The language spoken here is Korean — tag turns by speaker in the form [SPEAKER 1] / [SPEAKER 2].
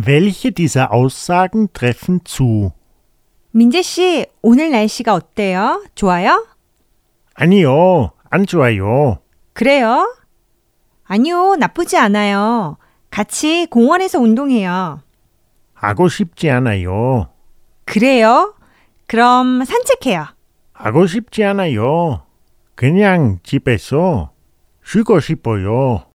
[SPEAKER 1] Welche dieser Aussagen treffen zu?
[SPEAKER 2] 민재 씨, 오늘 날씨가 어때요? 좋아요?
[SPEAKER 1] 아니요, 안 좋아요.
[SPEAKER 2] 그래요? 아니요, 나쁘지 않아요. 같이 공원에서 운동해요.
[SPEAKER 1] 하고 싶지 않아요.
[SPEAKER 2] 그래요? 그럼 산책해요.
[SPEAKER 1] 하고 싶지 않아요. 그냥 집에서 쉬고 싶어요.